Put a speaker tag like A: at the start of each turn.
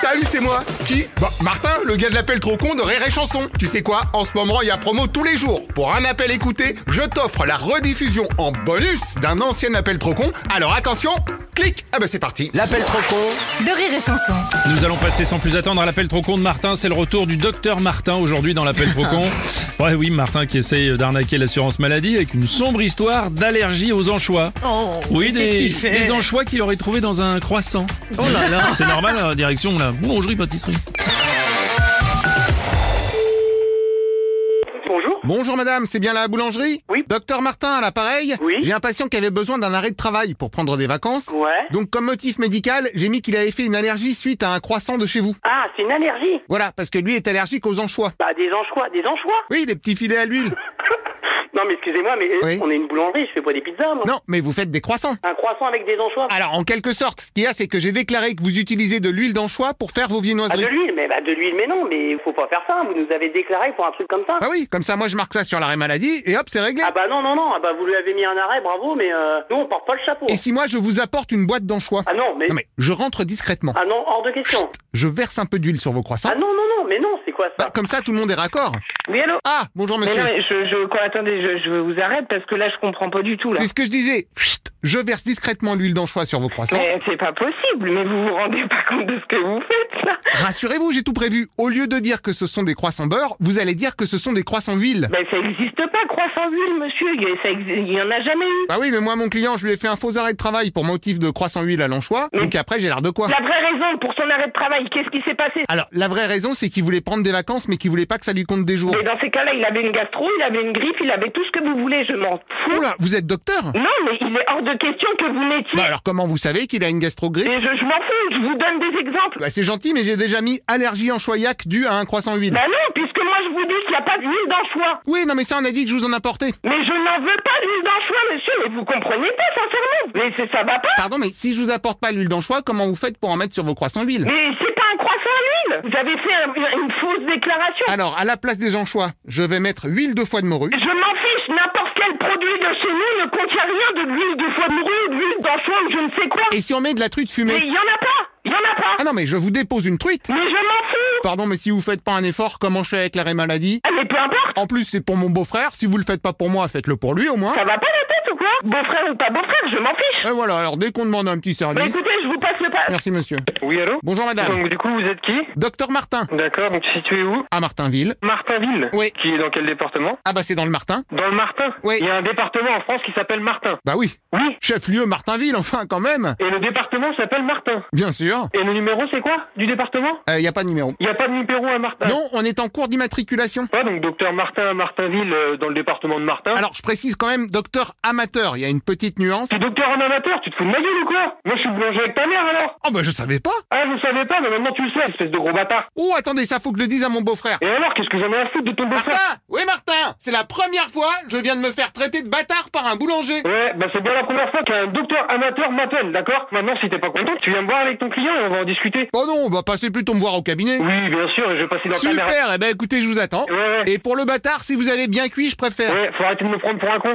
A: Salut, c'est moi. Qui Bah, Martin, le gars de l'appel trop con de Rire et Chanson. Tu sais quoi En ce moment, il y a promo tous les jours. Pour un appel écouté, je t'offre la rediffusion en bonus d'un ancien appel trop con. Alors attention, clique. Ah bah c'est parti.
B: L'appel trop con
C: de rire et chanson.
D: Nous allons passer sans plus attendre à l'appel trop con de Martin. C'est le retour du docteur Martin aujourd'hui dans l'appel trop con. Ouais, oui, Martin qui essaye d'arnaquer l'assurance maladie avec une sombre histoire d'allergie aux anchois.
E: Oh,
D: oui,
E: qu'est-ce
D: des,
E: qu'il fait
D: des anchois qu'il aurait trouvé dans un croissant.
E: Oh là là
D: C'est normal, hein, direction la boulangerie pâtisserie.
F: Bonjour.
A: Bonjour madame, c'est bien la boulangerie
F: Oui.
A: Docteur Martin à l'appareil
F: Oui.
A: J'ai un patient qui avait besoin d'un arrêt de travail pour prendre des vacances.
F: Ouais.
A: Donc comme motif médical, j'ai mis qu'il avait fait une allergie suite à un croissant de chez vous.
F: Ah, c'est une allergie.
A: Voilà, parce que lui est allergique aux anchois.
F: Bah, des anchois, des anchois.
A: Oui, les petits filets à l'huile.
F: non, mais excusez-moi, mais euh,
A: Oui.
F: on est une boulangerie, je fais pas des pizzas, moi.
A: Non, Ah, mais vous faites des croissants.
F: Un croissant avec des anchois.
A: Alors, en quelque sorte, ce qu'il y a, c'est que j'ai déclaré que vous utilisez de l'huile d'anchois pour faire vos
F: Ah, de
A: viennoiseries.
F: l'huile, mais bah, de l'huile, mais non, mais faut pas faire ça. Vous nous avez déclaré pour un truc comme ça.
A: Bah oui, comme ça, moi, je marque ça sur l'arrêt maladie et hop, c'est réglé.
F: Ah bah non, non, non. Ah bah vous lui avez mis un arrêt, bravo, mais euh, nous on porte pas le chapeau.
A: Et si moi, je vous apporte une boîte d'anchois
F: Ah non, mais...
A: Non mais, je rentre discrètement.
F: ah non, hors de question.
A: Je verse un peu d'huile sur vos croissants.
F: Ah non, non, non, mais non, c'est quoi ça
A: Bah, comme ça, tout le monde est raccord.
G: Oui, allô
A: Ah, bonjour
G: Mais non,
A: monsieur.
G: mais je, je, quoi, attendez, je, je vous arrête parce que là, je comprends pas du tout, là.
A: C'est ce que je disais. Chut, Je verse discrètement l'huile d'anchois sur vos croissants.
G: Mais c'est pas possible, mais vous vous rendez pas compte de ce que vous faites, là
A: Rassurez-vous, j'ai tout prévu. Au lieu de dire que ce sont des croissants beurre, vous allez dire que ce sont des croissants huile.
G: Ben, ça existe pas, croissant huile, monsieur, il y, a- ça exi- il y en a jamais eu.
A: Bah oui, mais moi, mon client, je lui ai fait un faux arrêt de travail pour motif de croissant huile à l'anchois.
G: Mais-
A: Donc après, j'ai l'air de quoi
G: La vraie raison pour son arrêt de travail, qu'est-ce qui s'est passé
A: Alors, la vraie raison, c'est qu'il voulait prendre des vacances, mais qu'il voulait pas que ça lui compte des jours.
G: Mais dans ces cas-là, il avait une gastro, il avait une griffe, il avait tout ce que vous voulez, je m'en fous.
A: Oula, vous êtes docteur
G: Non, mais il est hors de question que vous n'étiez...
A: Bah alors, comment vous savez qu'il a une gastrogrippe
G: Mais je, je m'en fous, je vous donne des exemples.
A: Bah c'est gentil, mais j'ai déjà mis allergie en choyac due à un croissant huile.
G: Ben non, puisque moi, je vous dis qu'il n'y a pas d'huile d'anchois.
A: Oui, non mais ça, on a dit que je vous en apportais.
G: Mais je n'en veux pas d'huile d'anchois, monsieur, mais vous comprenez pas, sincèrement. Mais c'est- ça va pas.
A: Pardon, mais si je vous apporte pas l'huile d'anchois, comment vous faites pour en mettre sur vos croissants huile
G: Mais c'est pas un croissant à l'huile Vous avez fait un- une, une fausse déclaration
A: Alors, à la place des anchois, je vais mettre huile de foie de morue.
G: Je m'en fiche, n'importe quel produit de chez nous ne contient rien de l'huile de foie de morue, de l'huile d'anchois ou je ne sais quoi
A: Et si on met de la truite
G: Mais
A: fumée
G: il y en a pas Il y en a pas
A: Ah non, mais je vous dépose une truite
G: Mais je m'en fous
A: Pardon, mais si vous faites pas un effort, comment je fais avec l'arrêt maladie
G: Ah, Mais peu importe
A: En plus, c'est pour mon beau-frère, si vous le faites pas pour moi, faites-le pour lui au moins.
G: Ça va pas la tête ou quoi Beau-frère ou pas beau-frère, je m'en fiche
A: Et voilà, alors dès qu'on demande un petit
G: Bah
A: service...
G: écoutez, je vous passe le pas...
A: Merci monsieur.
H: Oui, allô
A: Bonjour Ah. madame.
H: Donc, du coup, vous êtes qui
A: Docteur Martin.
H: D'accord, donc situé où
A: À Martinville.
H: Martinville
A: Oui.
H: Qui est dans quel département
A: Ah bah c'est dans le Martin.
H: Dans le Martin
A: Oui.
H: Il y a un département en France qui s'appelle Martin.
A: Bah oui.
H: Oui.
A: Chef-lieu Martinville, enfin quand même.
H: Et le département s'appelle Martin.
A: Bien sûr.
H: Et le numéro, c'est quoi Du département
A: Il y a pas de numéro.
H: Il n'y a pas de numéro à Martin
A: Non, on est en cours d'immatriculation.
H: Ouais, donc docteur Martin à Martinville, euh, dans le département de Martin.
A: Alors je précise quand même, docteur amateur, il y a une petite nuance.
H: T'es docteur en amateur, tu te fous de ma gueule ou quoi Moi, je suis boulanger avec ta mère, alors
A: Oh bah je savais pas.
H: Ah, je le savais pas, mais maintenant tu le sais, espèce de gros bâtard
A: Oh attendez, ça faut que je le dise à mon beau-frère.
H: Et alors, qu'est-ce que j'en ai à foutre de ton beau-frère
A: Martin Oui Martin C'est la première fois je viens de me faire traiter de bâtard par un boulanger.
H: Ouais, bah c'est bien la première fois qu'un docteur amateur m'appelle, d'accord Maintenant, si t'es pas content, tu viens me voir avec ton client et on va en discuter.
A: Oh non, bah passez plutôt me voir au cabinet.
H: Oui, bien sûr, et je vais passer dans ta mère.
A: Super, eh ben écoutez, je vous attends.
H: Ouais, ouais.
A: Et pour le bâtard, si vous avez bien cuit, je préfère.
H: Ouais, faut arrêter de me prendre pour un con.